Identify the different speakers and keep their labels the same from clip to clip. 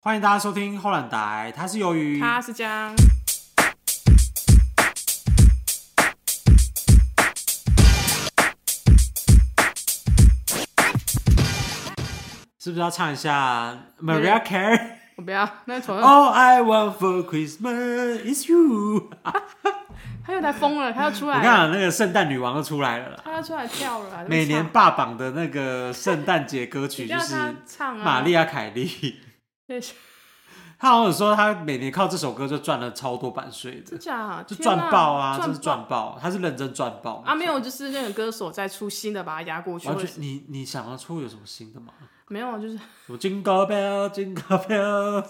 Speaker 1: 欢迎大家收听后懒台，它是由于
Speaker 2: 他是江，
Speaker 1: 是不是要唱一下 Mariah Carey？
Speaker 2: 我不要，那重用。
Speaker 1: All I want for Christmas is you
Speaker 2: 他又来疯了，他要出
Speaker 1: 我
Speaker 2: 来
Speaker 1: 看啊
Speaker 2: 了，
Speaker 1: 了那个圣诞女王都出来了啦，
Speaker 2: 他要出来跳了啊。
Speaker 1: 每年霸榜的那个圣诞节歌曲
Speaker 2: 你
Speaker 1: 就
Speaker 2: 叫
Speaker 1: 是
Speaker 2: 他唱啊，
Speaker 1: 玛丽亚凯莉。
Speaker 2: 对，
Speaker 1: 她好像有说她每年靠这首歌就赚了超多版税的
Speaker 2: 真，假啊？
Speaker 1: 就
Speaker 2: 天
Speaker 1: 赚爆啊，
Speaker 2: 赚
Speaker 1: 就是赚爆，她是认真赚爆
Speaker 2: 啊！没有，就是那个歌手在出新的，把它压过去。
Speaker 1: 完
Speaker 2: 或者
Speaker 1: 全，你你想得出有什么新的吗？
Speaker 2: 没有，啊就是
Speaker 1: 什么 Jingle Bell Jingle Bell。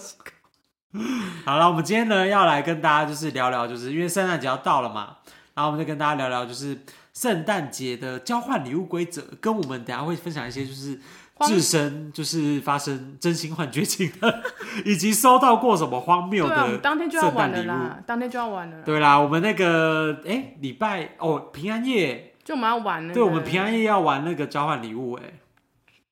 Speaker 1: 好了，我们今天呢要来跟大家就是聊聊，就是因为圣诞节要到了嘛，然后我们再跟大家聊聊就是圣诞节的交换礼物规则，跟我们等一下会分享一些就是
Speaker 2: 荒
Speaker 1: 自身就是发生真心换绝情的， 以及收到过什么荒谬
Speaker 2: 对啊，我们
Speaker 1: 的
Speaker 2: 当天就要
Speaker 1: 圣
Speaker 2: 完
Speaker 1: 诞
Speaker 2: 了
Speaker 1: 礼物。
Speaker 2: 啦，当天就要完了啦，
Speaker 1: 对啦，我们那个哎礼、拜哦平安夜，
Speaker 2: 就我们要完了。
Speaker 1: 对我们平安夜要玩那个交换礼物哎、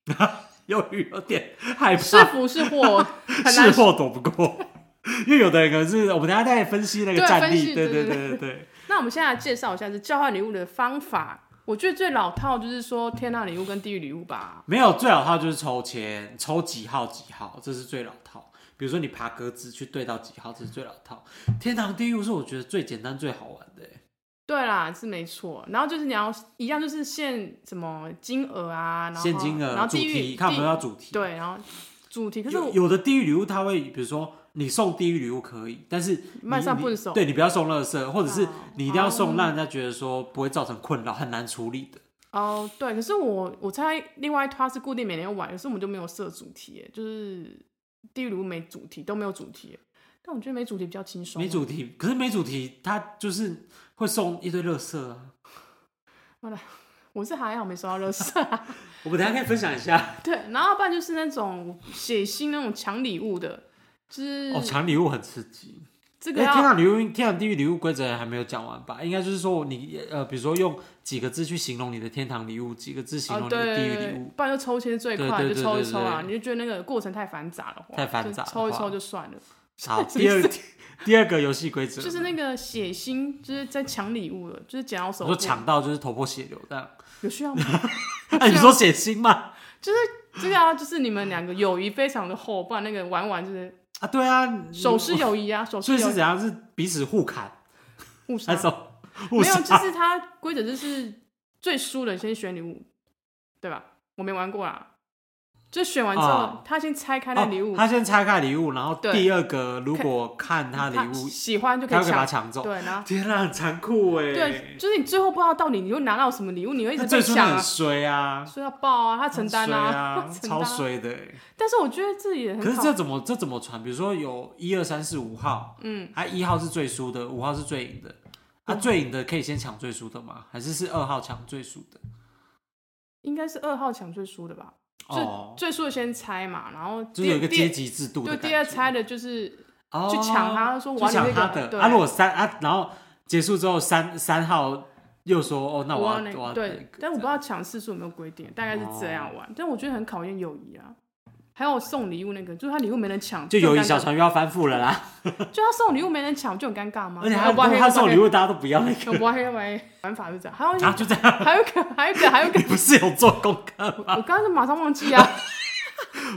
Speaker 1: 由于有点害怕，
Speaker 2: 是福是 祸，很
Speaker 1: 是
Speaker 2: 难说。
Speaker 1: 或躲不过， 因为有的人可能是我们等一下再分析那个
Speaker 2: 对
Speaker 1: 战
Speaker 2: 分
Speaker 1: 力，
Speaker 2: 析
Speaker 1: 对
Speaker 2: 对
Speaker 1: 对
Speaker 2: 对
Speaker 1: 对对，
Speaker 2: 那我们现在来介绍一下是交换礼物的方法。我觉得最老套就是说天堂礼物跟地狱礼物吧。
Speaker 1: 没有最老套就是抽签，抽几号几号，这是最老套。比如说你爬格子去对到几号，这是最老套。天堂地狱是我觉得最简单最好玩的欸，
Speaker 2: 对啦，是没错。然后就是你要一样，就是限什么金额啊，然后
Speaker 1: 现金
Speaker 2: 然后
Speaker 1: 额、主
Speaker 2: 地狱
Speaker 1: 题，看我们
Speaker 2: 地
Speaker 1: 要主题。
Speaker 2: 对，然后主题。可是
Speaker 1: 有
Speaker 2: 我
Speaker 1: 有的地狱礼物它会，比如说你送地狱礼物可以，但是你
Speaker 2: 慢上
Speaker 1: 你
Speaker 2: 不手
Speaker 1: 对你不要送垃圾，或者是
Speaker 2: 哦
Speaker 1: 你一定要送
Speaker 2: 哦
Speaker 1: 让人家觉得说不会造成困扰、很难处理的。
Speaker 2: 哦，对，可是我我猜另外一套是固定每年要玩，可是我们就没有设主题耶，就是地狱礼物没主题，都没有主题耶。但我觉得没主题比较轻松啊。
Speaker 1: 没主题，可是没主题，他就是会送一堆垃圾啊。
Speaker 2: 我是还好没收到垃圾。啊
Speaker 1: 我们等一下可以分享一下
Speaker 2: 对，然后不然就是那种写信那种抢礼物的，就是
Speaker 1: 哦，抢礼物很刺激。
Speaker 2: 这
Speaker 1: 哎、
Speaker 2: 个要、
Speaker 1: 天堂礼物、天堂地狱礼物规则还没有讲完吧？应该就是说你呃，比如说用几个字去形容你的天堂礼物，几个字形容
Speaker 2: 哦
Speaker 1: 你
Speaker 2: 对
Speaker 1: 的地狱
Speaker 2: 对对
Speaker 1: 礼
Speaker 2: 对
Speaker 1: 物，，
Speaker 2: 不然就抽签是最
Speaker 1: 对
Speaker 2: 快，
Speaker 1: 对对
Speaker 2: 就抽一
Speaker 1: 对
Speaker 2: 抽啊，
Speaker 1: 对
Speaker 2: 你就觉得那个过程太繁杂了，
Speaker 1: 太繁杂
Speaker 2: 就
Speaker 1: 的
Speaker 2: 抽一抽
Speaker 1: 话
Speaker 2: 就算了。
Speaker 1: 好，
Speaker 2: 什么
Speaker 1: 第二
Speaker 2: 意
Speaker 1: 第二个游戏规则
Speaker 2: 就是那个血腥，就是在抢礼物了，就是捡到手
Speaker 1: 我
Speaker 2: 部
Speaker 1: 说抢到就是头破血流这样。
Speaker 2: 有需要吗？
Speaker 1: 哎、
Speaker 2: 啊
Speaker 1: 你说血腥吗？
Speaker 2: 这个啊，就是你们两个友谊非常的厚，不然那个玩 玩就是
Speaker 1: 啊，对啊，
Speaker 2: 手势友谊啊，手
Speaker 1: 所以
Speaker 2: 势友
Speaker 1: 是
Speaker 2: 谊
Speaker 1: 怎样？是彼此互砍
Speaker 2: 互
Speaker 1: 还
Speaker 2: 杀
Speaker 1: 是什么互
Speaker 2: 没有，
Speaker 1: 杀？
Speaker 2: 就是它规则就是最输的先选礼物，对吧？我没玩过啦，就选完之
Speaker 1: 啊
Speaker 2: 后，他先拆开那礼物，
Speaker 1: 哦他先拆开礼物，然后
Speaker 2: 对
Speaker 1: 第二个如果看他礼
Speaker 2: 他
Speaker 1: 物，
Speaker 2: 喜欢就可
Speaker 1: 他
Speaker 2: 以
Speaker 1: 会把它
Speaker 2: 抢，
Speaker 1: 抢走。
Speaker 2: 对，然后
Speaker 1: 天啊，很残酷哎！
Speaker 2: 对，，就是你最后不知道到底你会拿到什么礼物，你会一
Speaker 1: 他
Speaker 2: 直
Speaker 1: 最
Speaker 2: 被
Speaker 1: 初
Speaker 2: 抢
Speaker 1: 很
Speaker 2: 啊，
Speaker 1: 衰啊，
Speaker 2: 所以要爆啊，他承担
Speaker 1: 很衰
Speaker 2: 啊，
Speaker 1: 啊，
Speaker 2: 承担
Speaker 1: 超
Speaker 2: 啊。
Speaker 1: 衰的欸。
Speaker 2: 但是我觉得这也很
Speaker 1: 可
Speaker 2: 好，
Speaker 1: 是这怎么这怎么传？比如说有一二三四五号，
Speaker 2: 嗯，
Speaker 1: 啊，一号是最输的，五号是最赢的。啊，最赢的可以先抢最输的吗？还是是二号抢最输的？
Speaker 2: 应该是二号抢最输的吧？最
Speaker 1: 哦，
Speaker 2: 最输的先猜嘛，然后
Speaker 1: 就是有一个
Speaker 2: 第
Speaker 1: 阶级制度
Speaker 2: 对
Speaker 1: 的
Speaker 2: 第二
Speaker 1: 感觉。
Speaker 2: 猜的就是
Speaker 1: 哦
Speaker 2: 去抢他，说
Speaker 1: 去
Speaker 2: 我要
Speaker 1: 抢
Speaker 2: 你
Speaker 1: 他
Speaker 2: 那个，
Speaker 1: 的。
Speaker 2: 对，
Speaker 1: 啊，如果三啊，然后结束之后三三号又说哦，那
Speaker 2: 我
Speaker 1: 我要
Speaker 2: 那
Speaker 1: 我要那
Speaker 2: 对
Speaker 1: 个，
Speaker 2: 但我不知道抢次数有没有规定，大概是这样玩。但我觉得很考验友谊啊。还有送礼物那个，就是他礼物没人抢，
Speaker 1: 就友谊
Speaker 2: 很尴
Speaker 1: 小
Speaker 2: 尬，
Speaker 1: 船又要翻覆了啦。
Speaker 2: 就他送礼物没人抢，就很尴尬吗？
Speaker 1: 而且
Speaker 2: 要
Speaker 1: 他
Speaker 2: 不然
Speaker 1: 他送礼
Speaker 2: 物，
Speaker 1: 物大家都不要那
Speaker 2: 要
Speaker 1: 个，
Speaker 2: 不然要不然玩法是这样。还有一
Speaker 1: 然后啊
Speaker 2: 个
Speaker 1: 就这样。
Speaker 2: 还有一个还有一个还有一个
Speaker 1: 你，不是有做功课？
Speaker 2: 我刚刚就马上忘记啊。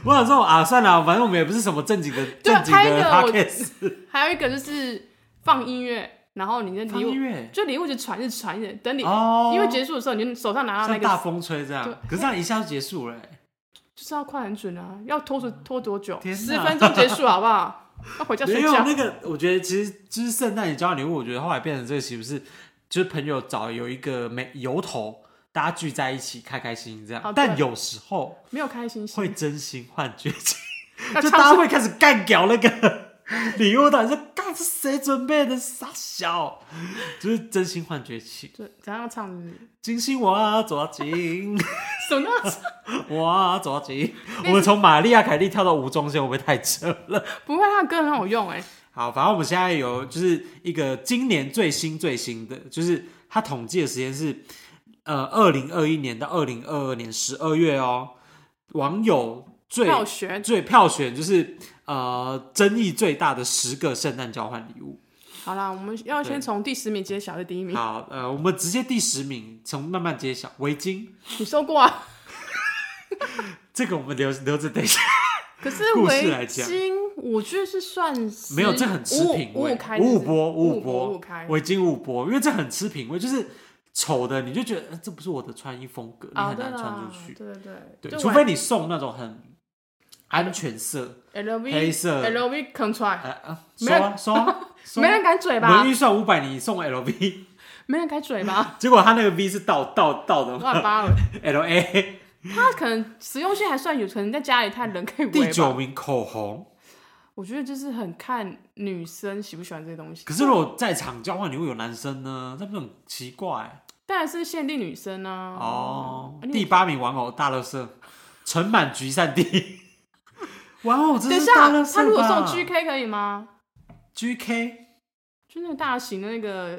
Speaker 1: 我想说啊，算了，反正我们也不是什么正经的
Speaker 2: 对
Speaker 1: 正经
Speaker 2: 还有一
Speaker 1: 的
Speaker 2: 个我
Speaker 1: podcast。
Speaker 2: 还有一个就是放音乐，然后你的
Speaker 1: 放
Speaker 2: 礼
Speaker 1: 音
Speaker 2: 物
Speaker 1: 乐
Speaker 2: 就礼物就传一直传一直，等你
Speaker 1: 哦，
Speaker 2: 音乐结束的时候，你手上拿到那
Speaker 1: 像大
Speaker 2: 个
Speaker 1: 风吹这样
Speaker 2: 对，
Speaker 1: 可是这样一下就结束了欸。
Speaker 2: 就是要快很准啊，要拖着拖多久？
Speaker 1: 天
Speaker 2: 十
Speaker 1: 哪
Speaker 2: 分钟结束好不好？要回家
Speaker 1: 没
Speaker 2: 睡
Speaker 1: 有
Speaker 2: 觉。
Speaker 1: 那个，我觉得其实就是圣诞节交换礼物，我觉得后来变成这个习俗是，就是朋友找有一个没由头，大家聚在一起开开心心这样
Speaker 2: 哦。对
Speaker 1: 但有时候
Speaker 2: 没有开心心，
Speaker 1: 会真心换绝情，
Speaker 2: 要
Speaker 1: 就
Speaker 2: 唱
Speaker 1: 大家
Speaker 2: 什
Speaker 1: 会开始干掉那个礼物到底是干是谁准备的？傻小，就是真心换绝情。
Speaker 2: 就怎样唱是不是？
Speaker 1: 金星我抓紧，
Speaker 2: 什么都要唱？
Speaker 1: 我抓紧。我们从玛利亚凯莉跳到吴宗宪，会不会太扯了？
Speaker 2: 不会，他的歌很好用哎、
Speaker 1: 好，反正我们现在有就是一个今年最新最新的，就是他统计的时间是呃二零二一年到二零二二年十二月哦。网友最
Speaker 2: 他有学
Speaker 1: 最票选就是呃争议最大的十个圣诞交换礼物。
Speaker 2: 好啦，我们要先从第十名揭晓的第一名，
Speaker 1: 好，呃，我们直接第十名，从慢慢揭晓。围巾
Speaker 2: 你收过啊？
Speaker 1: 这个我们留留着等一下。
Speaker 2: 可是
Speaker 1: 故事来
Speaker 2: 围
Speaker 1: 讲
Speaker 2: 巾，我觉得是算是
Speaker 1: 没有，这很吃
Speaker 2: 五五
Speaker 1: 品
Speaker 2: 五
Speaker 1: 味
Speaker 2: 五开，是不
Speaker 1: 五五
Speaker 2: 是，
Speaker 1: 波，
Speaker 2: 五
Speaker 1: 五波，
Speaker 2: 五五开
Speaker 1: 围巾五波，因为这很吃品味，就是丑的你就觉得、呃这不是我的穿衣风格，你
Speaker 2: 啊，
Speaker 1: 很
Speaker 2: 对
Speaker 1: 难
Speaker 2: 啦
Speaker 1: 穿出，去。
Speaker 2: 对对
Speaker 1: 对，
Speaker 2: 就
Speaker 1: 除非你送那种很安全色、
Speaker 2: L V
Speaker 1: 黑色，
Speaker 2: L V 肯出来，
Speaker 1: 呃啊，
Speaker 2: 没
Speaker 1: 说
Speaker 2: 人
Speaker 1: 啊说啊 说
Speaker 2: 没
Speaker 1: 啊，
Speaker 2: 人敢嘴
Speaker 1: 我们
Speaker 2: 吧？
Speaker 1: 预算五百，你送 LV，
Speaker 2: 没人敢嘴 吧？
Speaker 1: 结果他那个 V 是倒倒倒的
Speaker 2: 乱扒了，
Speaker 1: ，LA
Speaker 2: 它可能实用性还算有，可能在家里太冷可以围
Speaker 1: 第
Speaker 2: 吧。
Speaker 1: 九名口红。
Speaker 2: 我觉得就是很看女生喜不喜欢这些东西。
Speaker 1: 可是如果在场交换礼物有男生呢，那不是很奇怪
Speaker 2: 当然是限定女生啊。
Speaker 1: 哦
Speaker 2: 啊。你
Speaker 1: 第八名玩偶大乐色，盛满集散 地。玩偶
Speaker 2: 等
Speaker 1: 真
Speaker 2: 一
Speaker 1: 是大
Speaker 2: 下，
Speaker 1: 乐色
Speaker 2: 他如果送
Speaker 1: 吧
Speaker 2: GK 可以吗？
Speaker 1: GK
Speaker 2: 就那个大型的那个，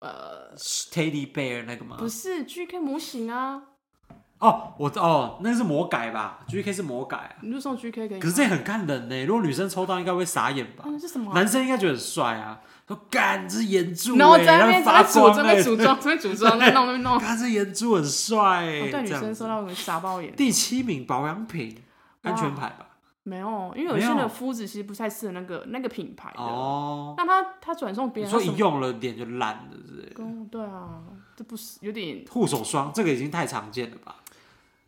Speaker 2: 呃，
Speaker 1: Teddy Bear 那个吗
Speaker 2: 不？是 GK 模型啊，
Speaker 1: 哦，我哦，那个是魔改吧？GK 是魔改啊。
Speaker 2: 你就送 GK 可以吗。
Speaker 1: 可是这很看人呢、如果女生抽到应该会傻眼吧
Speaker 2: 啊，？那是什么啊？
Speaker 1: 男生应该觉得很帅啊，说干这是眼珠、欸，
Speaker 2: 然后在那
Speaker 1: 让
Speaker 2: 边
Speaker 1: 人发
Speaker 2: 这
Speaker 1: 光、
Speaker 2: 边组这
Speaker 1: 欸，
Speaker 2: 边组装，这 边组 装，弄那边弄。哦哦
Speaker 1: 干这眼珠很帅、欸
Speaker 2: 对女
Speaker 1: 这样
Speaker 2: 生
Speaker 1: 子
Speaker 2: 收到会傻爆眼，
Speaker 1: 第七名保养品安全牌吧？
Speaker 2: 没有，因为有一些
Speaker 1: 没有
Speaker 2: 的肤质其实不太适合那个那个品牌的。
Speaker 1: 哦，
Speaker 2: 那他他转送别
Speaker 1: 你
Speaker 2: 人，他
Speaker 1: 说
Speaker 2: 什
Speaker 1: 一
Speaker 2: 么
Speaker 1: 用了脸就烂了之类的。
Speaker 2: 跟对啊，这不是有点
Speaker 1: 护手霜这个已经太常见了吧？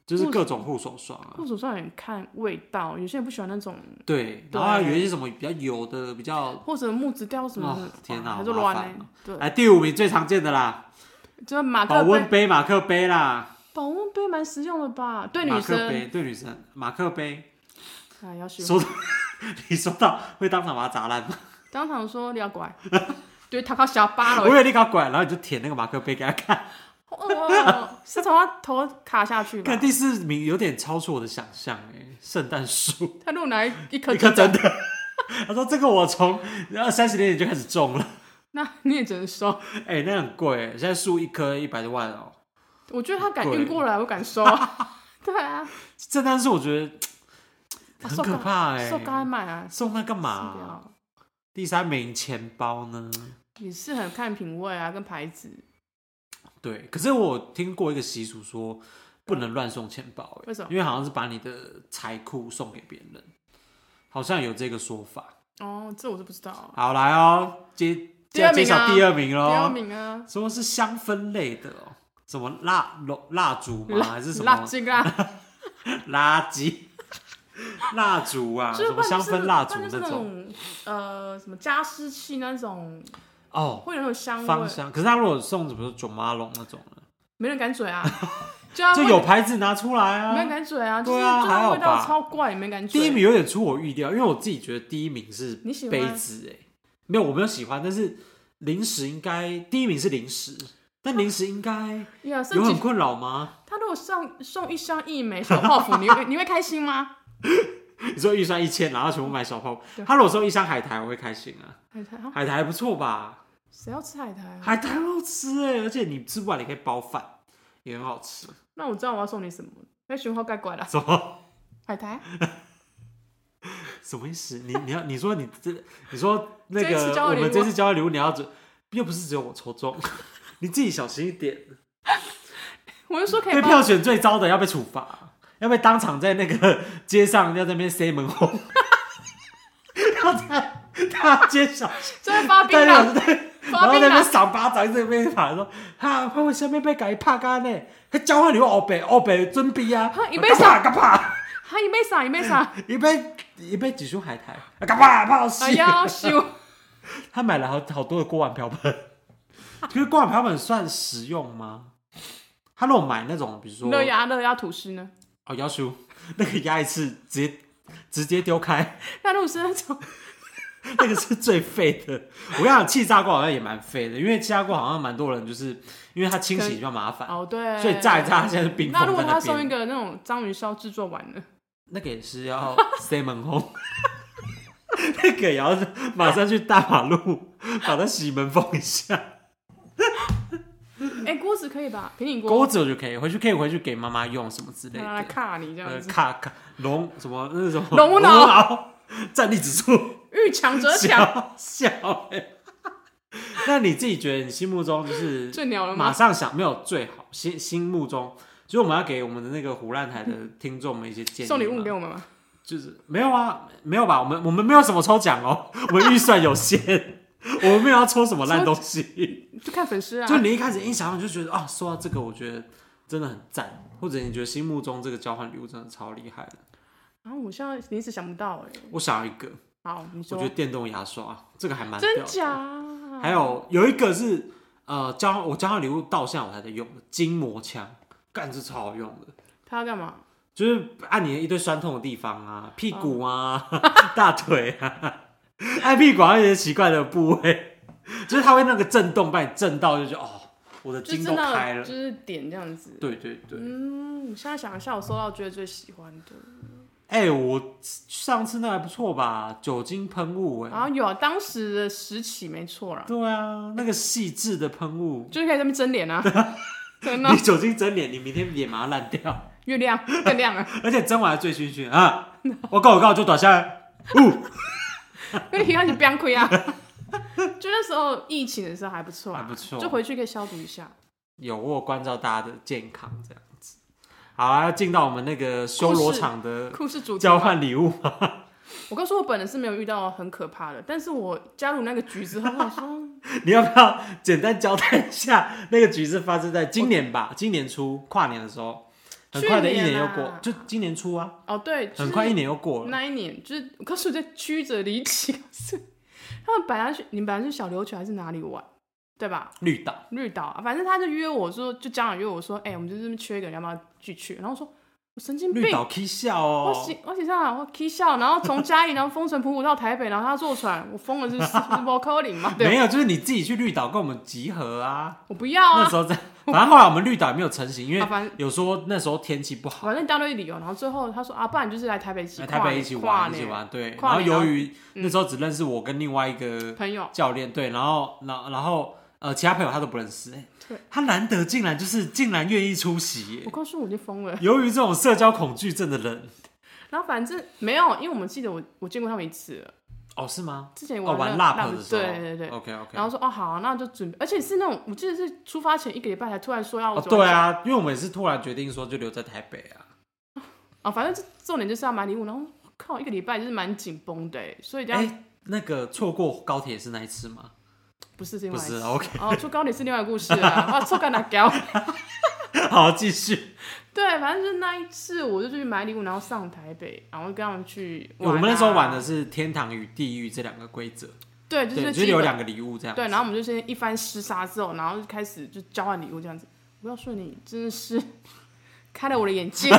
Speaker 1: 就是各种护手霜啊，
Speaker 2: 护手霜很看味道，有些人不喜欢那种，
Speaker 1: 对，
Speaker 2: 嗯对
Speaker 1: 然后有一些什么比较油的，比较
Speaker 2: 或者木质调什么的
Speaker 1: 哦，天哪
Speaker 2: 哇还是
Speaker 1: 好麻
Speaker 2: 乱
Speaker 1: 烦
Speaker 2: 呢、对，
Speaker 1: 哎第五名最常见的啦，
Speaker 2: 就是马
Speaker 1: 保
Speaker 2: 克
Speaker 1: 温
Speaker 2: 杯，
Speaker 1: 杯、马克杯啦，
Speaker 2: 保温杯蛮实用的吧？对
Speaker 1: 马
Speaker 2: 女
Speaker 1: 克
Speaker 2: 生，
Speaker 1: 杯对女生，马克杯
Speaker 2: 哎，要学。
Speaker 1: 收到， 你收到会当场把它砸烂吗？
Speaker 2: 当场说你要拐， 对，他靠小巴
Speaker 1: 我以
Speaker 2: 了，
Speaker 1: 为你搞拐，然后你就舔那个马克杯给他看。
Speaker 2: 好饿哦是从他头卡下去吧
Speaker 1: 看？第四名有点超出我的想象哎，圣诞树。
Speaker 2: 他如果拿一颗
Speaker 1: 一颗
Speaker 2: 针
Speaker 1: 真，的。 他说：“这个我从然后三十年前就开始种了，
Speaker 2: 那你也只能收。
Speaker 1: 哎、那很贵，现在树一颗一百多万哦。
Speaker 2: 我觉得他敢
Speaker 1: 贵
Speaker 2: 运过来，我敢收啊。 对啊，
Speaker 1: 圣诞树我觉得
Speaker 2: 啊
Speaker 1: 很可怕哎、
Speaker 2: 收该买啊，
Speaker 1: 送那干嘛、
Speaker 2: 送掉
Speaker 1: 第三名钱包呢？
Speaker 2: 也是很看品味啊，跟牌子。
Speaker 1: 对，可是我听过一个习俗说不能乱送钱包、哎
Speaker 2: 为什么
Speaker 1: 因为好像是把你的财库送给别人，好像有这个说法。
Speaker 2: 哦，这我是不知道啊。
Speaker 1: 好，来哦，接
Speaker 2: 第二名
Speaker 1: 介
Speaker 2: 啊
Speaker 1: 绍第二名
Speaker 2: 第二
Speaker 1: 喽，
Speaker 2: 名啊，
Speaker 1: 说是香氛类的哦，什么蜡蜡烛吗？啊还是什么
Speaker 2: 辣？这个啊，
Speaker 1: 垃圾、蜡烛啊，
Speaker 2: 就是
Speaker 1: 什
Speaker 2: 不
Speaker 1: 么
Speaker 2: 然
Speaker 1: 香
Speaker 2: 就是
Speaker 1: 氛蜡烛
Speaker 2: 不然就是那
Speaker 1: 种
Speaker 2: 种呃什么加湿器那种，
Speaker 1: 哦，
Speaker 2: 会有那种香
Speaker 1: 芳
Speaker 2: 味，
Speaker 1: 香。可是他如果送什么九马龙那种呢，
Speaker 2: 没人敢嘴 啊，就要
Speaker 1: 就
Speaker 2: 问
Speaker 1: 有牌子拿出来
Speaker 2: 没人
Speaker 1: 啊。
Speaker 2: 敢嘴啊，就是
Speaker 1: 对啊
Speaker 2: 就
Speaker 1: 还
Speaker 2: 它
Speaker 1: 好
Speaker 2: 味道
Speaker 1: 吧
Speaker 2: 超怪，也没人敢嘴。
Speaker 1: 第一名有点出我预料，因为我自己觉得第一名是
Speaker 2: 你喜欢
Speaker 1: 杯子哎、没有我没有喜欢，但是零食应该第一名是零食，但零食应该
Speaker 2: 呀，是
Speaker 1: 有很
Speaker 2: 几
Speaker 1: 困扰吗？
Speaker 2: 他如果送送一箱一枚小泡芙，你会你会开心吗？
Speaker 1: 你说预算一千，然后全部买小泡芙
Speaker 2: 对，
Speaker 1: 他如果送一箱海苔，我会开心啊，
Speaker 2: 海苔啊，
Speaker 1: 海苔还不错吧？
Speaker 2: 谁要吃海苔啊？
Speaker 1: 海苔很好吃哎、而且你吃不完你可以包饭，也很好吃。
Speaker 2: 那我知道我要送你什么，那熊猫盖怪啦，
Speaker 1: 什么？
Speaker 2: 海苔，
Speaker 1: 什么意思？你你要你说你这你说那
Speaker 2: 这一次
Speaker 1: 个
Speaker 2: 交换
Speaker 1: 我
Speaker 2: 礼物
Speaker 1: 们这次交换礼物你要准，又不是只有我抽中， 你自己小心一点。
Speaker 2: 我就说可以
Speaker 1: 被
Speaker 2: 帮
Speaker 1: 票选最糟的要被处罚，要被当场在那个街上要在那边塞门 红，要在大街小巷，
Speaker 2: 这会发槟
Speaker 1: 大街小巷
Speaker 2: 榔，
Speaker 1: 在然
Speaker 2: 发
Speaker 1: 后
Speaker 2: 槟
Speaker 1: 在那边
Speaker 2: 榔，
Speaker 1: 赏巴掌，在那边喊说哈，怕我下面被改怕干呢，还交换礼物欧北欧北尊逼啊
Speaker 2: 哈，一杯
Speaker 1: 干怕
Speaker 2: 啥
Speaker 1: 干怕，
Speaker 2: 还哎一杯啥一杯啥，
Speaker 1: 一杯一杯几束海苔，啊干怕怕死
Speaker 2: 哎。呀，修
Speaker 1: 他买了好好多的锅碗瓢 盆，其实锅碗瓢盆算实用吗？他如果买那种，比如说
Speaker 2: 热压热压吐司呢？
Speaker 1: 哦，要叔 那个压一次直接直接丢开，
Speaker 2: 那如果是那种
Speaker 1: 那个是最废的。我跟你讲，气炸锅好像也蛮废的，因为气炸锅好像蛮多人就是因为它清洗比较麻烦，
Speaker 2: 哦对，
Speaker 1: 所以炸一炸现在是冰
Speaker 2: 那如
Speaker 1: 封
Speaker 2: 果
Speaker 1: 在
Speaker 2: 他
Speaker 1: 那
Speaker 2: 送一
Speaker 1: 边。
Speaker 2: 个那种章鱼烧制作完了，
Speaker 1: 那个也是要 塞门轰，那个也要马上去大马 路把它洗门封一下。
Speaker 2: 哎，锅子可以 吧？平底
Speaker 1: 钩
Speaker 2: 锅，
Speaker 1: 子我就可以回去，可以回去给妈妈用什么之类
Speaker 2: 拿来
Speaker 1: 的。
Speaker 2: 卡你这
Speaker 1: 呃
Speaker 2: 样，子，
Speaker 1: 卡卡龙什么那种
Speaker 2: 龙脑
Speaker 1: 脑，战力指数
Speaker 2: 遇强则强，
Speaker 1: 小小欸 那你自己觉得你心目中就是
Speaker 2: 最鸟了
Speaker 1: 马
Speaker 2: 吗？
Speaker 1: 上想没有最好心心目中，所以我们要给我们的那个胡烂 台的听众们一些建议嘛。
Speaker 2: 送礼物给我们吗？
Speaker 1: 就是没有啊，没有吧？我们我们没有什么抽奖哦， 我们预算有限， 我们没有要抽什么烂东西。
Speaker 2: 就看粉丝啊，
Speaker 1: 就你一开始一想到你就觉得啊，说到这个，我觉得真的很赞，或者你觉得心目中这个交换礼物真的超厉害的。
Speaker 2: 啊，我现在临时想不到哎、
Speaker 1: 我想要一个，
Speaker 2: 好，你
Speaker 1: 我
Speaker 2: 说
Speaker 1: 觉得电动牙刷这个还蛮屌
Speaker 2: 真
Speaker 1: 的。
Speaker 2: 假？
Speaker 1: 还有有一个是呃交换我交换礼物到现在我还在用的筋膜枪，干是超好用的。
Speaker 2: 他要干嘛？
Speaker 1: 就是按你一堆酸痛的地方啊，屁股啊，
Speaker 2: 嗯
Speaker 1: 大腿啊，按屁股啊一些奇怪的部位，就是它会那个震动把你震到，就觉得哦，我的
Speaker 2: 就
Speaker 1: 筋
Speaker 2: 真
Speaker 1: 都开
Speaker 2: 的
Speaker 1: 了
Speaker 2: 就。是点这样子。
Speaker 1: 对对对，
Speaker 2: 嗯，我现在想一下，我收到觉得最喜欢的，
Speaker 1: 哎、我上次那还不错吧，酒精喷雾哎，
Speaker 2: 然后有啊当时的时期没错啦，
Speaker 1: 对啊，那个细致的喷雾，
Speaker 2: 就是可以在那边蒸脸 啊，真的
Speaker 1: 你酒精蒸脸，你明天脸马上烂掉，
Speaker 2: 月亮更亮啊了，
Speaker 1: 而且蒸完还醉醺醺啊，我告我告就倒下来，呜，
Speaker 2: 因为你看你变亏啊。就那时候疫情的时候还不错
Speaker 1: 还
Speaker 2: 啊，
Speaker 1: 不错
Speaker 2: 就回去可以消毒一下。
Speaker 1: 有我有关照大家的健康这样子。好啊，要进到我们那个修罗场的
Speaker 2: 酷是主题
Speaker 1: 交
Speaker 2: 吗
Speaker 1: 换礼物吗？
Speaker 2: 我告诉我本人是没有遇到很可怕的，但是我加入那个局之后，我想 说
Speaker 1: 你要不要简单交代一下？那个局是发生在今年吧，今年初跨年的时候，很快的一
Speaker 2: 去年
Speaker 1: 又
Speaker 2: 啦
Speaker 1: 过，就今年初啊，
Speaker 2: 哦对，就是
Speaker 1: 很快一年又过了。
Speaker 2: 那一年，就是我告诉你在曲折离奇， 是他们本来去，你们本来去小琉球还是哪里玩，对吧？
Speaker 1: 绿岛，
Speaker 2: 绿岛啊，反正他就约我说，就家长约我说，哎、我们就是缺一个人，要不要去去？然后我说我神经
Speaker 1: 绿
Speaker 2: 病，
Speaker 1: 岛 K 笑
Speaker 2: 我
Speaker 1: 哦，
Speaker 2: 喜我喜上我 K 笑，然后从嘉义，然后风尘仆仆到台北，然后他坐船，我疯了是不是？ 是不 calling 嘛？对吧，
Speaker 1: 没有，就是你自己去绿岛跟我们集合啊。
Speaker 2: 我不要
Speaker 1: 那
Speaker 2: 啊，
Speaker 1: 时 候在，反正后来我们绿岛也没有成型，因
Speaker 2: 啊
Speaker 1: 为
Speaker 2: 反正
Speaker 1: 有说那时候天气不好，
Speaker 2: 反正一大堆理由，然后最后他说啊，不然就是来台北一起
Speaker 1: 来台
Speaker 2: 跨年，
Speaker 1: 呃北一起
Speaker 2: 跨
Speaker 1: 玩一起
Speaker 2: 年
Speaker 1: 玩，对。然
Speaker 2: 跨
Speaker 1: 后
Speaker 2: 年
Speaker 1: 由
Speaker 2: 然后嗯
Speaker 1: 于那时候只认识我跟另外一个
Speaker 2: 朋友，
Speaker 1: 教练，对，然后，然后然后，呃，其他朋友他都不认识，哎
Speaker 2: 对，
Speaker 1: 他难得竟然就是竟然愿意出席，
Speaker 2: 我
Speaker 1: 耶
Speaker 2: 告诉我就疯了。
Speaker 1: 由于这种社交恐惧症的人，
Speaker 2: 然后反正没有，因为我们记得我我见过他们一次了，
Speaker 1: 哦，是吗？
Speaker 2: 之
Speaker 1: 哦，
Speaker 2: 前玩
Speaker 1: 玩
Speaker 2: 那
Speaker 1: LARP 的时候，
Speaker 2: 对对对。
Speaker 1: ，OK OK，
Speaker 2: 然后说哦好、那就准备，而且是那种我记得是出发前一个礼拜才突然说要、
Speaker 1: 哦，对，啊，因为我们也是突然决定说就留在台北啊，
Speaker 2: 啊、反正重点就是要买礼物，然后靠一个礼拜就是蛮紧绷的欸，所以这样、
Speaker 1: 哎，那个错过高铁是那一次吗？
Speaker 2: 不是另
Speaker 1: 不
Speaker 2: 外一
Speaker 1: 是
Speaker 2: 次
Speaker 1: ，OK，
Speaker 2: 哦，出高铁是另外一个故事啊，哇，臭干哪搞？
Speaker 1: 好，继续，
Speaker 2: 对，反正就是那一次，我就去买礼物，然后上台北，然后跟他们去、玩
Speaker 1: 我们那时候玩
Speaker 2: 啊
Speaker 1: 的是天堂与地狱这两个规则，
Speaker 2: 对，就是
Speaker 1: 对，就
Speaker 2: 基
Speaker 1: 是有
Speaker 2: 本
Speaker 1: 两个礼物这样，
Speaker 2: 对，然后我们就先一番厮杀之后，然后就开始就交换礼物这样子。我要说你真的 是开了我的眼界，因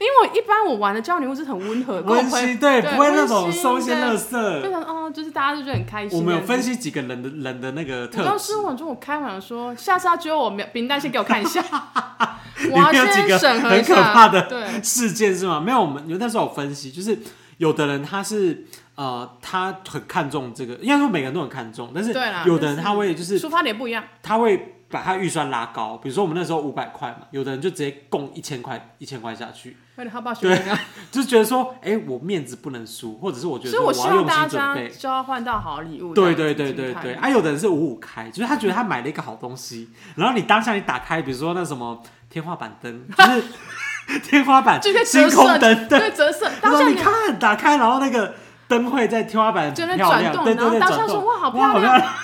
Speaker 2: 为我一般我玩的交换礼物是很温和，跟我
Speaker 1: 温
Speaker 2: 朋友
Speaker 1: 馨，对，
Speaker 2: 对
Speaker 1: 不会那种
Speaker 2: 温馨
Speaker 1: 收一些
Speaker 2: 对
Speaker 1: 垃圾
Speaker 2: 非。常哦，就是大家就觉得很开心。
Speaker 1: 我们有分。析几个人的人的那个
Speaker 2: 我
Speaker 1: 特
Speaker 2: 当
Speaker 1: 质
Speaker 2: 时，我就我开玩笑说，下次要揪我饼饼干先给我看一下，
Speaker 1: 里
Speaker 2: 我要
Speaker 1: 面有几
Speaker 2: 先
Speaker 1: 个
Speaker 2: 审核
Speaker 1: 很
Speaker 2: 一
Speaker 1: 可
Speaker 2: 下。
Speaker 1: 怕的
Speaker 2: 对，
Speaker 1: 事件是吗？没有，我们有那时候有分析，就是有的人他是呃，他很看重这个，应该说每个人都很看重，但是
Speaker 2: 对啦
Speaker 1: 有的人
Speaker 2: 就是
Speaker 1: 他会就是
Speaker 2: 出发点不一样。
Speaker 1: 他会把他预算拉高，比如说我们那时候五百块嘛，有的人就直接供一千块，一千块下去，
Speaker 2: 为了他爸学饼干，
Speaker 1: 就是觉得说，哎、我面子不能输，或者是我觉得
Speaker 2: 所以
Speaker 1: 说
Speaker 2: 我希
Speaker 1: 要
Speaker 2: 望
Speaker 1: 用
Speaker 2: 大
Speaker 1: 心准
Speaker 2: 家
Speaker 1: 备。
Speaker 2: 交换到好礼物。
Speaker 1: 对
Speaker 2: 这
Speaker 1: 对
Speaker 2: 样子
Speaker 1: 对
Speaker 2: 的
Speaker 1: 对
Speaker 2: 心态
Speaker 1: 对，啊，有的人是五五开，就是他觉得他买了一个好东西，然后你当下你打开，比如说那什么天花板灯，就是 天花板、
Speaker 2: 这个
Speaker 1: 星
Speaker 2: 折
Speaker 1: 空
Speaker 2: 射，
Speaker 1: 灯，对，
Speaker 2: 对折射，
Speaker 1: 他
Speaker 2: 当
Speaker 1: 说
Speaker 2: 下
Speaker 1: 你
Speaker 2: 你
Speaker 1: 看，打开，然后那个灯会在天花板
Speaker 2: 就
Speaker 1: 漂
Speaker 2: 在
Speaker 1: 亮，
Speaker 2: 转动
Speaker 1: 对对
Speaker 2: 然后
Speaker 1: 对，
Speaker 2: 大家
Speaker 1: 转动
Speaker 2: 说哇好
Speaker 1: 哇
Speaker 2: 漂亮
Speaker 1: 亮，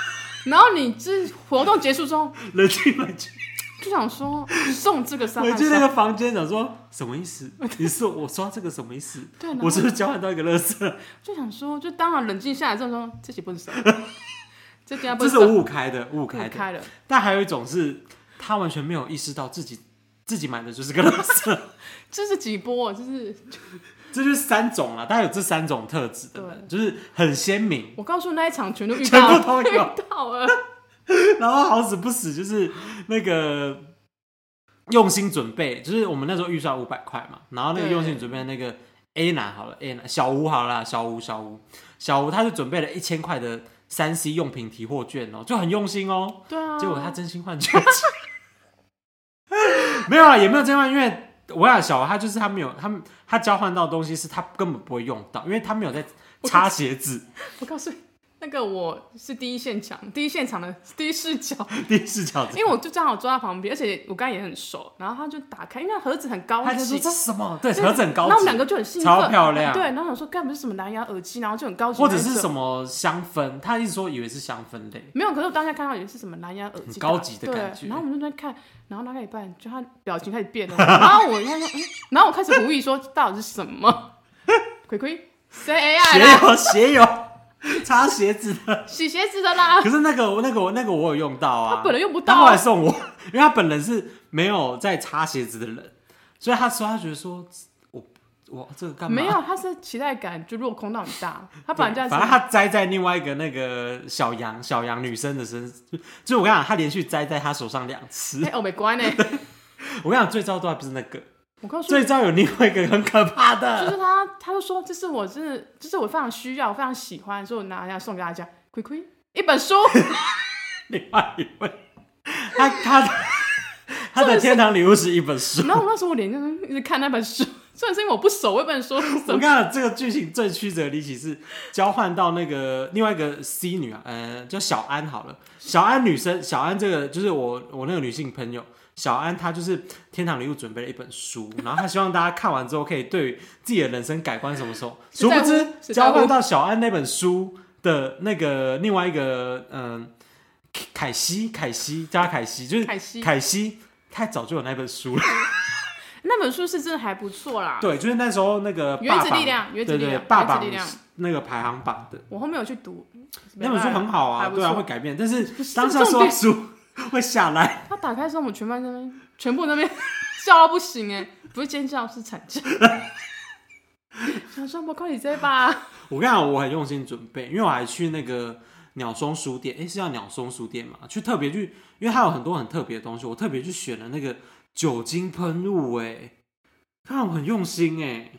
Speaker 2: 然后你这活动结束之后，
Speaker 1: 冷静冷静。
Speaker 2: 就想说送这个三
Speaker 1: 回
Speaker 2: 汉
Speaker 1: 去那
Speaker 2: 上，
Speaker 1: 个房间想说什么意思？你是我刷这个什么意思？
Speaker 2: 对，啊然后啊
Speaker 1: 我是不是交换到一个乐色？
Speaker 2: 就想说，就当然冷静下来之后说这些不能 送，这些不
Speaker 1: 这
Speaker 2: 能
Speaker 1: 是
Speaker 2: 送，
Speaker 1: 五五开的，五五开
Speaker 2: 不
Speaker 1: 的。
Speaker 2: 开了，
Speaker 1: 但还有一种是，他完全没有意识到自己自己买的就是个乐色。
Speaker 2: 这是几波，就是
Speaker 1: 这就是三种啊啦，大概有这三种特质的人，就是很鲜明，
Speaker 2: 我告诉你那一场全都遇
Speaker 1: 全
Speaker 2: 到
Speaker 1: 部
Speaker 2: 了，
Speaker 1: 都有。
Speaker 2: 遇到了，
Speaker 1: 然后好死不死就是那个用心准备，就是我们那时候预算五百块嘛，然后那个
Speaker 2: 对
Speaker 1: 用心准备的那个 A 男好了，A 男小吴好了啦，小吴小吴小吴他就准备了一千块的三 C 用品提货券哦、就很用心哦、
Speaker 2: 对啊，
Speaker 1: 结果他真心换券，没有啊，也没有真心换，因为我想小王他就是他没有，他们他交换到的东西是他根本不会用到，因为他没有在擦鞋子。
Speaker 2: 我告诉你，那个我是第一现场，第一现场的 第一视角，
Speaker 1: 第一视角，
Speaker 2: 因为我就正好坐在旁边，而且我刚也很熟，然后他就打开，因为那盒子很高
Speaker 1: 他就说
Speaker 2: 级。
Speaker 1: 这是什么？对，
Speaker 2: 对
Speaker 1: 盒子很高
Speaker 2: 然后我们
Speaker 1: 级
Speaker 2: 两，个就很兴奋，
Speaker 1: 超漂亮
Speaker 2: 对，然后想说，干不是什么蓝牙耳机，然后就很高级，
Speaker 1: 或者是
Speaker 2: 么？
Speaker 1: 什么香氛，他一直说以为是香氛 类，
Speaker 2: 没有，可是我当下看到也是什么蓝牙耳机，
Speaker 1: 很高级的
Speaker 2: 对
Speaker 1: 感觉
Speaker 2: 然后我们就在那看，然后大概一半，就他表情开始变了，然后我他说，嗯，然后我开始狐疑说到底是什么？ 葵葵，谁 AI
Speaker 1: 鞋
Speaker 2: 啦？
Speaker 1: 油鞋油 擦鞋子 的。
Speaker 2: 洗鞋子的 啦，
Speaker 1: 可是那个我那个我那个我有用到啊，
Speaker 2: 他本人用不
Speaker 1: 他
Speaker 2: 到
Speaker 1: 后来
Speaker 2: 啊，
Speaker 1: 送我，因为他本人是没有在擦鞋子的人，所以他说他觉得说，我我这个干嘛？
Speaker 2: 没有，他是期待感就落空到很大，他
Speaker 1: 对，
Speaker 2: 本来就
Speaker 1: 反正
Speaker 2: 是
Speaker 1: 他栽在另外一个那个小羊小羊女生的身，就我跟你讲，他连续栽在他手上两次。
Speaker 2: 哎，我没关呢，
Speaker 1: 我跟你讲，最糟都还不是那个，
Speaker 2: 我告诉你，
Speaker 1: 最糟有另外一个很可怕
Speaker 2: 就
Speaker 1: 的。
Speaker 2: 是他，他就说这是我真的，这是我非常需要，我非常喜欢，所以我拿来送给大家，葵葵一 本书，
Speaker 1: 另外一位，他他他的天堂礼物是一本书。
Speaker 2: 然后我那时候我脸就是一直看那本书，虽然是因为我不熟，我也不能说是什
Speaker 1: 我跟
Speaker 2: 么
Speaker 1: 你。讲，这个剧情最曲折离奇是交换到那个另外一个 C 女啊，呃，叫小安好了。小安女生，小安这个就是我我那个女性朋友，小安她就是天堂礼物准备了一本书，然后她希望大家看完之后可以对于自己的人生改观什么时候。殊
Speaker 2: 谁在
Speaker 1: 不
Speaker 2: 乎
Speaker 1: 知，
Speaker 2: 谁在
Speaker 1: 交
Speaker 2: 乎
Speaker 1: 换到小安那本书的那个另外一个嗯、凯凯西，凯西叫她凯西，就是
Speaker 2: 凯西
Speaker 1: 凯西太早就有那本书了。
Speaker 2: 那本书是真的还不错啦。
Speaker 1: 对，就是那时候那个
Speaker 2: 原子
Speaker 1: 霸榜
Speaker 2: 力量原子
Speaker 1: 对
Speaker 2: 力
Speaker 1: 对，
Speaker 2: 量
Speaker 1: 霸
Speaker 2: 原子
Speaker 1: 榜
Speaker 2: 力量
Speaker 1: 那个排行榜的
Speaker 2: 我后面有去读
Speaker 1: 那本书很好啊，
Speaker 2: 还不
Speaker 1: 对啊，
Speaker 2: 错
Speaker 1: 会改变，但是
Speaker 2: 是
Speaker 1: 当下收
Speaker 2: 重
Speaker 1: 到
Speaker 2: 点
Speaker 1: 书会下来，
Speaker 2: 他打开之后，我们全班在那边，全部在那边 笑到不行哎、不是尖叫是惨叫。想说不靠你这吧，
Speaker 1: 我跟你讲，我很用心准备，因为我还去那个鸟松书店，诶、是叫鸟松书店嘛？去特别去，因为它有很多很特别的东西，我特别去选了那个酒精喷雾，哎，看我很用心哎、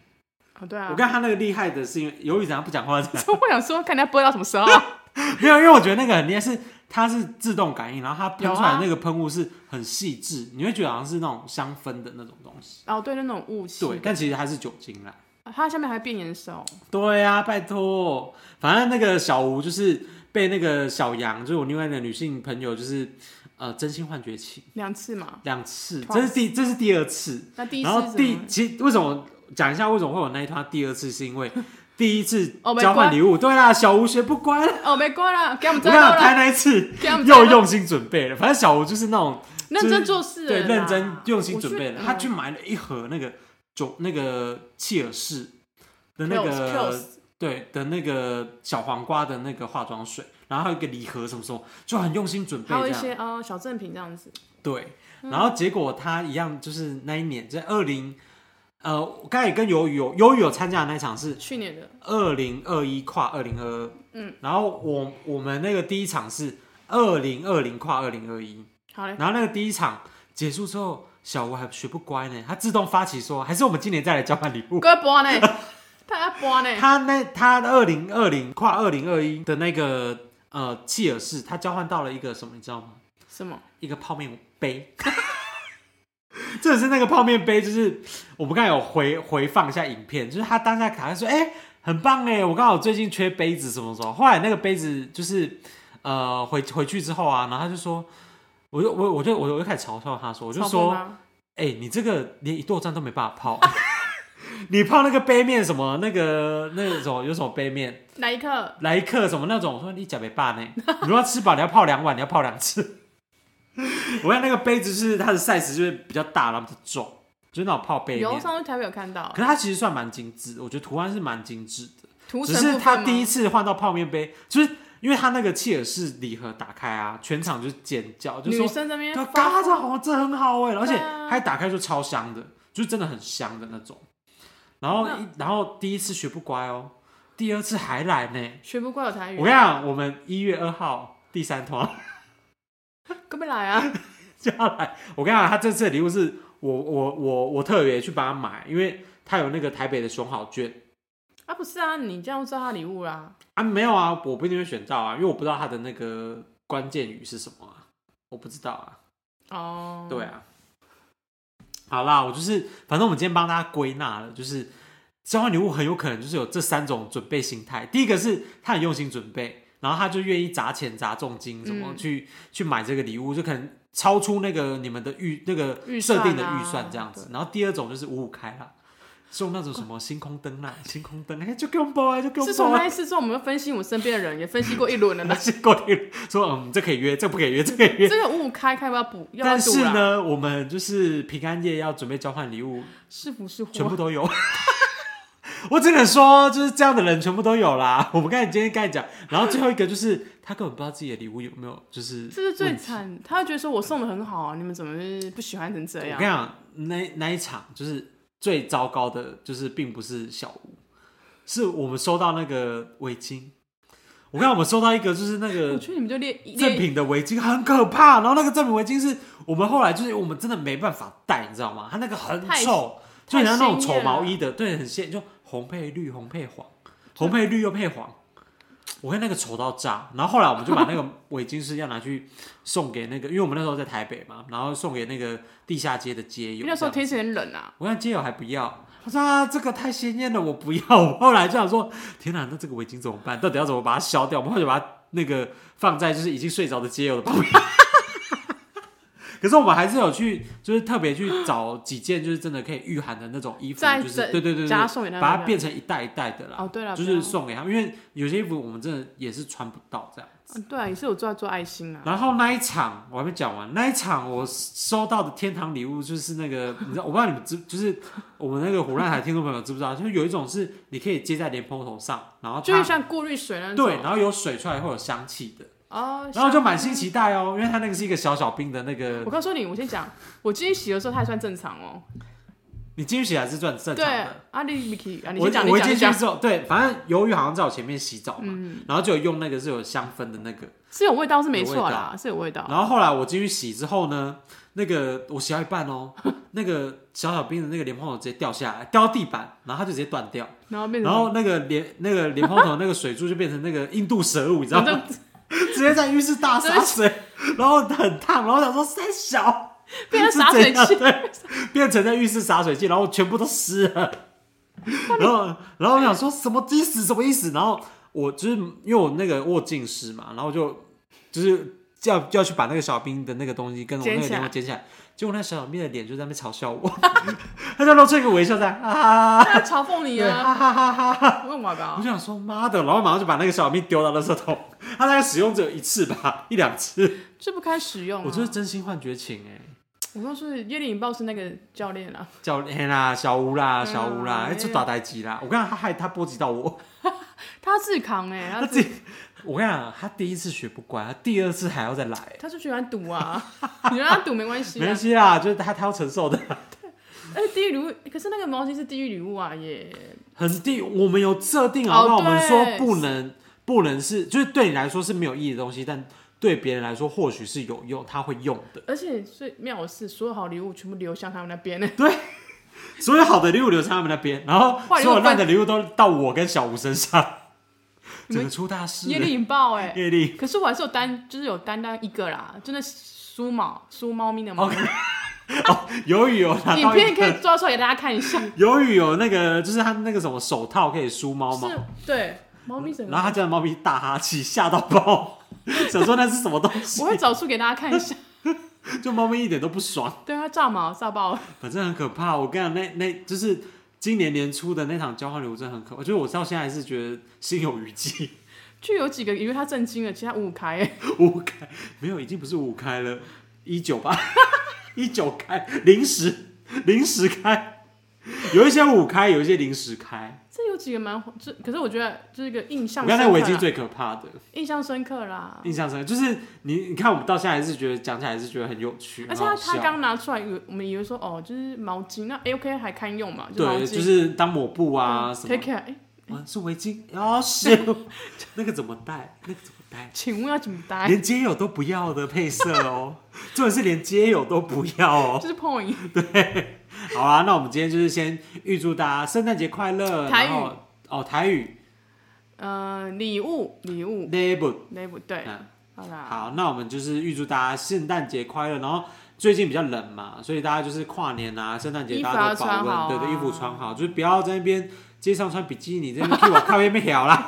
Speaker 2: 哦对啊，
Speaker 1: 我看他那个厉害的是因为由于咱不讲话的，
Speaker 2: 我想说看他播到什么时候，啊
Speaker 1: 没有，因为我觉得那个很厉害，是它是自动感应，然后它喷出
Speaker 2: 有
Speaker 1: 来
Speaker 2: 啊
Speaker 1: 那个喷雾是很细致，你会觉得好像是那种香氛的那种东西，
Speaker 2: 哦对，那种雾气，
Speaker 1: 对，但其实它是酒精啦。
Speaker 2: 它下面还变颜色哦，
Speaker 1: 对呀、拜托，反正那个小吴就是被那个小杨，就是我另外的女性朋友，就是呃真心换绝情
Speaker 2: 两次嘛。
Speaker 1: 两次，这是第这是第二次，
Speaker 2: 那第一次
Speaker 1: 然
Speaker 2: 是
Speaker 1: 后
Speaker 2: 什
Speaker 1: 第
Speaker 2: 么？
Speaker 1: 其实为什么讲一下为什么会有那一趟第二次，是 因为第一次
Speaker 2: 哦没
Speaker 1: 交换
Speaker 2: 关
Speaker 1: 礼物，对啦，小吴学不乖了。
Speaker 2: 哦没关了，给我们
Speaker 1: 我
Speaker 2: 知
Speaker 1: 跟你
Speaker 2: 道
Speaker 1: 讲他
Speaker 2: 了，
Speaker 1: 那一次
Speaker 2: 给我们知道
Speaker 1: 又
Speaker 2: 了
Speaker 1: 用心准备了，反正小吴就是那种
Speaker 2: 认真做事
Speaker 1: 对
Speaker 2: 了啦，
Speaker 1: 认真用心准备
Speaker 2: 我
Speaker 1: 了，
Speaker 2: 去嗯
Speaker 1: 他去买了一盒那个酒那个契尔氏的那
Speaker 2: 嗯
Speaker 1: 个
Speaker 2: Kills，Kills
Speaker 1: 对的那个小黄瓜的那个化妆水，然后还有一个礼盒什么什么，就很用心准备
Speaker 2: 还有
Speaker 1: 这
Speaker 2: 一
Speaker 1: 样。
Speaker 2: 些呃小赠品这样子，
Speaker 1: 对，然后结果他一样就是那一年在二零，呃，我刚才也跟鱿鱼有鱿鱼有参加的那一场是
Speaker 2: 去年的
Speaker 1: 二零二一跨二零二二，
Speaker 2: 嗯，
Speaker 1: 然后我我们那个第一场是二零二零跨二零二一，
Speaker 2: 好嘞，
Speaker 1: 然后那个第一场结束之后，小吴还学不乖呢，他自动发起说，还是我们今年再来交换礼物。
Speaker 2: 哥播呢， 他要播呢，
Speaker 1: 他那他二零二零跨二零二一的那个呃契尔氏，他交换到了一个什么，你知道吗？
Speaker 2: 什么？
Speaker 1: 一个泡面杯。 这也是那个泡面杯，就是我们刚才有回回放一下影片，就是他当下卡在说：“哎、很棒哎，我刚好最近缺杯子什么什么。”后来那个杯子就是呃回回去之后啊，然后他就说：“我就我我就我就开始嘲笑他说，我就
Speaker 2: 草莓
Speaker 1: 说，
Speaker 2: 吗
Speaker 1: 哎、你这个连一剁酱都没办法泡， 你泡那个杯面什么那个那个什么有什么杯面，
Speaker 2: 哪一刻？
Speaker 1: 来一克什么那种，我说你假没霸呢，你如果要吃饱，你要泡两碗，你要泡两次。 我看那个杯子是它的 size 就是比较大，然后比较重，就是那种泡杯
Speaker 2: 有
Speaker 1: 面。
Speaker 2: 上次台北有看到
Speaker 1: 可是它其实算蛮精致，我觉得图案是蛮精致的，
Speaker 2: 图
Speaker 1: 只
Speaker 2: 神
Speaker 1: 是
Speaker 2: 部
Speaker 1: 它
Speaker 2: 分
Speaker 1: 第一
Speaker 2: 吗
Speaker 1: 次换到泡面杯，就是因为它那个切尔氏礼盒打开啊，全场就是尖叫，就
Speaker 2: 女
Speaker 1: 说
Speaker 2: 生这边
Speaker 1: 对啊，
Speaker 2: 发
Speaker 1: 嘎这好，这很好哎、而且
Speaker 2: 对啊
Speaker 1: 它一打开就超香的，就是真的很香的那种。然后
Speaker 2: 那
Speaker 1: 一然后第一次学不乖哦，第二次还来呢。
Speaker 2: 学不乖有台语，
Speaker 1: 我跟你讲，我们一月二号第三团
Speaker 2: 跟不来啊，
Speaker 1: 就要来。我跟你讲，他这次的礼物是我我我我特别去帮他买，因为他有那个台北的熊好券
Speaker 2: 啊不是啊，你这样就知道他礼物啦，
Speaker 1: 啊，没有啊，我不一定会选到啊，因为我不知道他的那个关键语是什么啊，我不知道啊，
Speaker 2: 哦，
Speaker 1: 对，啊。好啦，我就是，反正我们今天帮大家归纳了，就是交换礼物很有可能就是有这三种准备心态。第一个是他很用心准备，然后他就愿意砸钱砸重金，怎么去、去买这个礼物，就可能超出那个你们的预那个
Speaker 2: 预
Speaker 1: 设定的
Speaker 2: 算啊
Speaker 1: 预算这样子。然后第二种就是五五开啦。送那种什么星空灯啊，星空灯，哎、就给我们包啊，就给我
Speaker 2: 自
Speaker 1: 们
Speaker 2: 从
Speaker 1: 包啊
Speaker 2: 那一。次之后，我们就分析我身边的人，也分析过一轮 了
Speaker 1: 那
Speaker 2: 呢。
Speaker 1: 是固定说，嗯，这可以约，这不可以约，这可以约。
Speaker 2: 这个五五开开要不要补？要不要
Speaker 1: 但
Speaker 2: 赌
Speaker 1: 是
Speaker 2: 啦？
Speaker 1: 呢，我们就是平安夜要准备交换礼物，
Speaker 2: 是福是
Speaker 1: 全部
Speaker 2: 祸？
Speaker 1: 都有。 我只能说，就是这样的人全部都有啦。 我们刚才今天刚才讲，然后最后一个就是他根本不知道自己的礼物有没有，就是
Speaker 2: 这是最
Speaker 1: 问题
Speaker 2: 惨。他会觉得说我送的很好啊，你们怎么就是不喜欢成这
Speaker 1: 我
Speaker 2: 样
Speaker 1: 跟你？讲，那那一场就是最糟糕的，就是并不是小吴，是我们收到那个围巾。我看我们收到一个，就是那
Speaker 2: 我
Speaker 1: 个
Speaker 2: 觉得你们就列
Speaker 1: 正
Speaker 2: 列
Speaker 1: 品的围巾很可怕，然后那个正品围巾是我们后来就是我们真的没办法戴，你知道吗？它那个很
Speaker 2: 太
Speaker 1: 丑，就
Speaker 2: 太
Speaker 1: 很像那种
Speaker 2: 鲜艳
Speaker 1: 丑毛
Speaker 2: 了
Speaker 1: 衣的，对，很鲜，就红配绿，红配黄，红配绿又配黄。我看那个丑到炸，然后后来我们就把那个围巾是要拿去送给那个，因为我们那时候在台北嘛，然后送给那个地下街的街
Speaker 2: 因
Speaker 1: 友。
Speaker 2: 为那时候
Speaker 1: 这样
Speaker 2: 天气很冷啊，
Speaker 1: 我看街友还不要，他说啊，这个太鲜艳了，我不要。 我后来就想说，天哪，那这个围巾怎么办？到底要怎么把它消掉？我们后来就把它那个放在就是已经睡着的街友的旁边。 可是我们还是有去，就是特别去找几件就是真的可以御寒的那种衣服，
Speaker 2: 再
Speaker 1: 就是
Speaker 2: 再
Speaker 1: 对对对
Speaker 2: 加
Speaker 1: 对，
Speaker 2: 送给他
Speaker 1: 把它
Speaker 2: 们
Speaker 1: 变成一袋一袋的啦，
Speaker 2: 哦，对了，
Speaker 1: 就
Speaker 2: 不
Speaker 1: 是
Speaker 2: 要
Speaker 1: 送给他们，因为有些衣服我们真的也是穿不到这样。
Speaker 2: 嗯对啊，也是有做做爱心啊。
Speaker 1: 然后那一场我还没讲完，那一场我收到的天堂礼物就是那 个，你知道，我不知道你们知，就是我们那个虎烂海听众朋友知不知道，就是有一种是你可以接在莲蓬头上，然后
Speaker 2: 就是
Speaker 1: 它
Speaker 2: 像过滤水那种。
Speaker 1: 对，然后有水出来会有香气的，
Speaker 2: 哦，
Speaker 1: 然后就
Speaker 2: 像
Speaker 1: 满心期待哦，因为它那个是一个小小兵的那个
Speaker 2: 我，告诉你，我先讲，我进去洗的时候它还算正常哦。
Speaker 1: 你进去洗还是正正常
Speaker 2: 对
Speaker 1: 的。，
Speaker 2: 阿丽 Vicky 啊，你
Speaker 1: 我
Speaker 2: 先讲，
Speaker 1: 我
Speaker 2: 你
Speaker 1: 一
Speaker 2: 讲，
Speaker 1: 进
Speaker 2: 你
Speaker 1: 去
Speaker 2: 讲，
Speaker 1: 之后，对，反正鱿鱼好像在我前面洗澡嘛，
Speaker 2: 嗯，
Speaker 1: 然后就有用那个是有香氛的那个，
Speaker 2: 是有味道是没
Speaker 1: 有味
Speaker 2: 错啦，是有味道。
Speaker 1: 然后后来我进去洗之后呢，那个我洗到一半哦，那个小小兵的那个莲蓬头直接掉下来，掉到地板，然后它就直接断掉，
Speaker 2: 然后变成
Speaker 1: 然后那个莲那个莲蓬头那个水柱就变成那个印度蛇舞，你知道吗？直接在浴室大洒水，然后很烫，然后我想说三小
Speaker 2: 变 成
Speaker 1: 是
Speaker 2: 洒水
Speaker 1: 怎样
Speaker 2: 器，
Speaker 1: 对，变成在浴室洒水器，然后全部都湿了。然后，然后我想说什么意思？什么意思？然后我就是因为我那个我有近视嘛，然后我就就是要要去把那个小兵的那个东西跟我那
Speaker 2: 捡
Speaker 1: 个
Speaker 2: 起来
Speaker 1: 莲蓬捡起来，结果那小小兵的脸就在那边嘲笑我， 他就露出一个微笑在啊，
Speaker 2: 他在 嘲讽你
Speaker 1: 对，
Speaker 2: 啊！
Speaker 1: 哈哈哈哈哈。
Speaker 2: 问我啊
Speaker 1: 我
Speaker 2: 吧
Speaker 1: 就，想说妈的，然后马上就把那个小兵丢到垃圾桶，他大概使用只有一次吧，一两次，
Speaker 2: 这不该使用啊。
Speaker 1: 我就是真心换绝情哎、
Speaker 2: 我告诉你，耶利引爆是那个教练啊，
Speaker 1: 叫嘿啦，小吴啦，小吴啦，
Speaker 2: 嗯
Speaker 1: 哎、这打呆机啦！我跟你讲，他害他波及到我，
Speaker 2: 他自己扛哎，
Speaker 1: 他
Speaker 2: 他
Speaker 1: 自己，我跟你讲，他第一次学不乖，他第二次还要再来，
Speaker 2: 他就喜欢赌啊，你让他赌没关系
Speaker 1: 没关
Speaker 2: 啊。
Speaker 1: 系啦，就是他他要承受的，
Speaker 2: 而且呃地狱礼物，可是那个毛巾是地狱礼物啊耶！
Speaker 1: 很低。我们有设定好不好？
Speaker 2: 哦
Speaker 1: 我们说
Speaker 2: 对
Speaker 1: 不能，不能是，就是对你来说是没有意义的东西，但对别人来说或许是有用，他会用的。
Speaker 2: 而且最妙的是，所有好礼物全部流向他们那边 呢。
Speaker 1: 所有好的礼物留在他们那边，然后
Speaker 2: 坏礼物
Speaker 1: 所有烂的礼物都到我跟小吴身上，
Speaker 2: 你
Speaker 1: 整
Speaker 2: 们
Speaker 1: 个出大事了。
Speaker 2: 耶利引爆 哎、
Speaker 1: 业力，
Speaker 2: 可是我还是有担，就是有担当一个啦，真的梳毛梳猫咪的毛。
Speaker 1: OK 由于有拿
Speaker 2: 影
Speaker 1: 到一
Speaker 2: 片
Speaker 1: 个
Speaker 2: 可以抓出来给大家看一下，
Speaker 1: 由于有那个，就是他那个什么手套可以梳猫毛，
Speaker 2: 是，对，猫咪怎
Speaker 1: 然后
Speaker 2: 么？
Speaker 1: 他家的猫咪大哈气，吓到 爆，想说那是什么东西
Speaker 2: 我，会找出给大家看一下。
Speaker 1: 就猫咪一点都不爽，
Speaker 2: 对它炸毛炸爆了，
Speaker 1: 反正很可怕。我跟你讲，那那就是今年年初的那场交换礼物真的很可怕，就是我到现在还是觉得心有余悸。
Speaker 2: 就有几个以为他震惊了，其他五五开、欸。
Speaker 1: 五开没有，已经不是五开了，一九吧， 一九开零食零食开，有一些五开，有一些零食开。
Speaker 2: 这有几个蛮，这可是我觉得这个印
Speaker 1: 我
Speaker 2: 象
Speaker 1: 刚
Speaker 2: 深
Speaker 1: 才
Speaker 2: 刻
Speaker 1: 围巾
Speaker 2: 啦，
Speaker 1: 最可怕的。
Speaker 2: 印象深刻啦。
Speaker 1: 印象深刻，就是你你看我们到现在还是觉得讲起来还是觉得很有趣，
Speaker 2: 而且
Speaker 1: 很
Speaker 2: 他
Speaker 1: 好笑
Speaker 2: 他刚拿出来，以为我们以为说哦，就是毛巾，那 A OK 还堪用嘛，毛
Speaker 1: 对，
Speaker 2: 巾，
Speaker 1: 就是当抹布啊什么
Speaker 2: take，care，哎、
Speaker 1: 啊是围巾，哦是，那个怎么戴？ 那个怎么戴？
Speaker 2: 请问要怎么搭？
Speaker 1: 连街友都不要的配色哦， 重点是连街友都不要哦。
Speaker 2: 就是 point，
Speaker 1: 好啊，那我们今天就是先预祝大家圣诞节快乐，
Speaker 2: 台语
Speaker 1: 然后哦台语
Speaker 2: 呃，礼物礼物
Speaker 1: l a b e
Speaker 2: 礼物对，
Speaker 1: 嗯
Speaker 2: 好啦，
Speaker 1: 好，那我们就是预祝大家圣诞节快乐，然后最近比较冷嘛，所以大家就是跨年啊、圣诞节
Speaker 2: 衣服
Speaker 1: 大家
Speaker 2: 要
Speaker 1: 都保
Speaker 2: 穿
Speaker 1: 温，
Speaker 2: 好
Speaker 1: 对对，
Speaker 2: 啊
Speaker 1: 衣服穿好，就是不要在那边街上穿比基尼，在那边我靠边被屌 啦。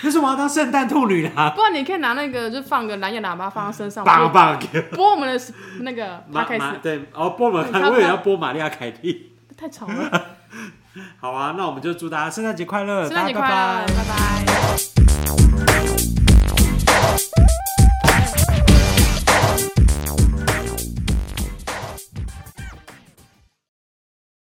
Speaker 1: 但是我要当圣诞兔女啦，
Speaker 2: 不然你可以拿那个，就放个蓝牙喇叭放到身上，
Speaker 1: 棒
Speaker 2: 播
Speaker 1: 棒给
Speaker 2: 播我们的 那个 p
Speaker 1: 马
Speaker 2: o d
Speaker 1: 马对哦，波马，
Speaker 2: 他
Speaker 1: 我也要播玛利亚凯莉。
Speaker 2: 太吵 了。
Speaker 1: 好啊，那我们就祝大家圣诞节快乐，
Speaker 2: 圣诞节
Speaker 1: 大
Speaker 2: 快
Speaker 1: 家拜拜
Speaker 2: 乐，拜拜。
Speaker 3: Thank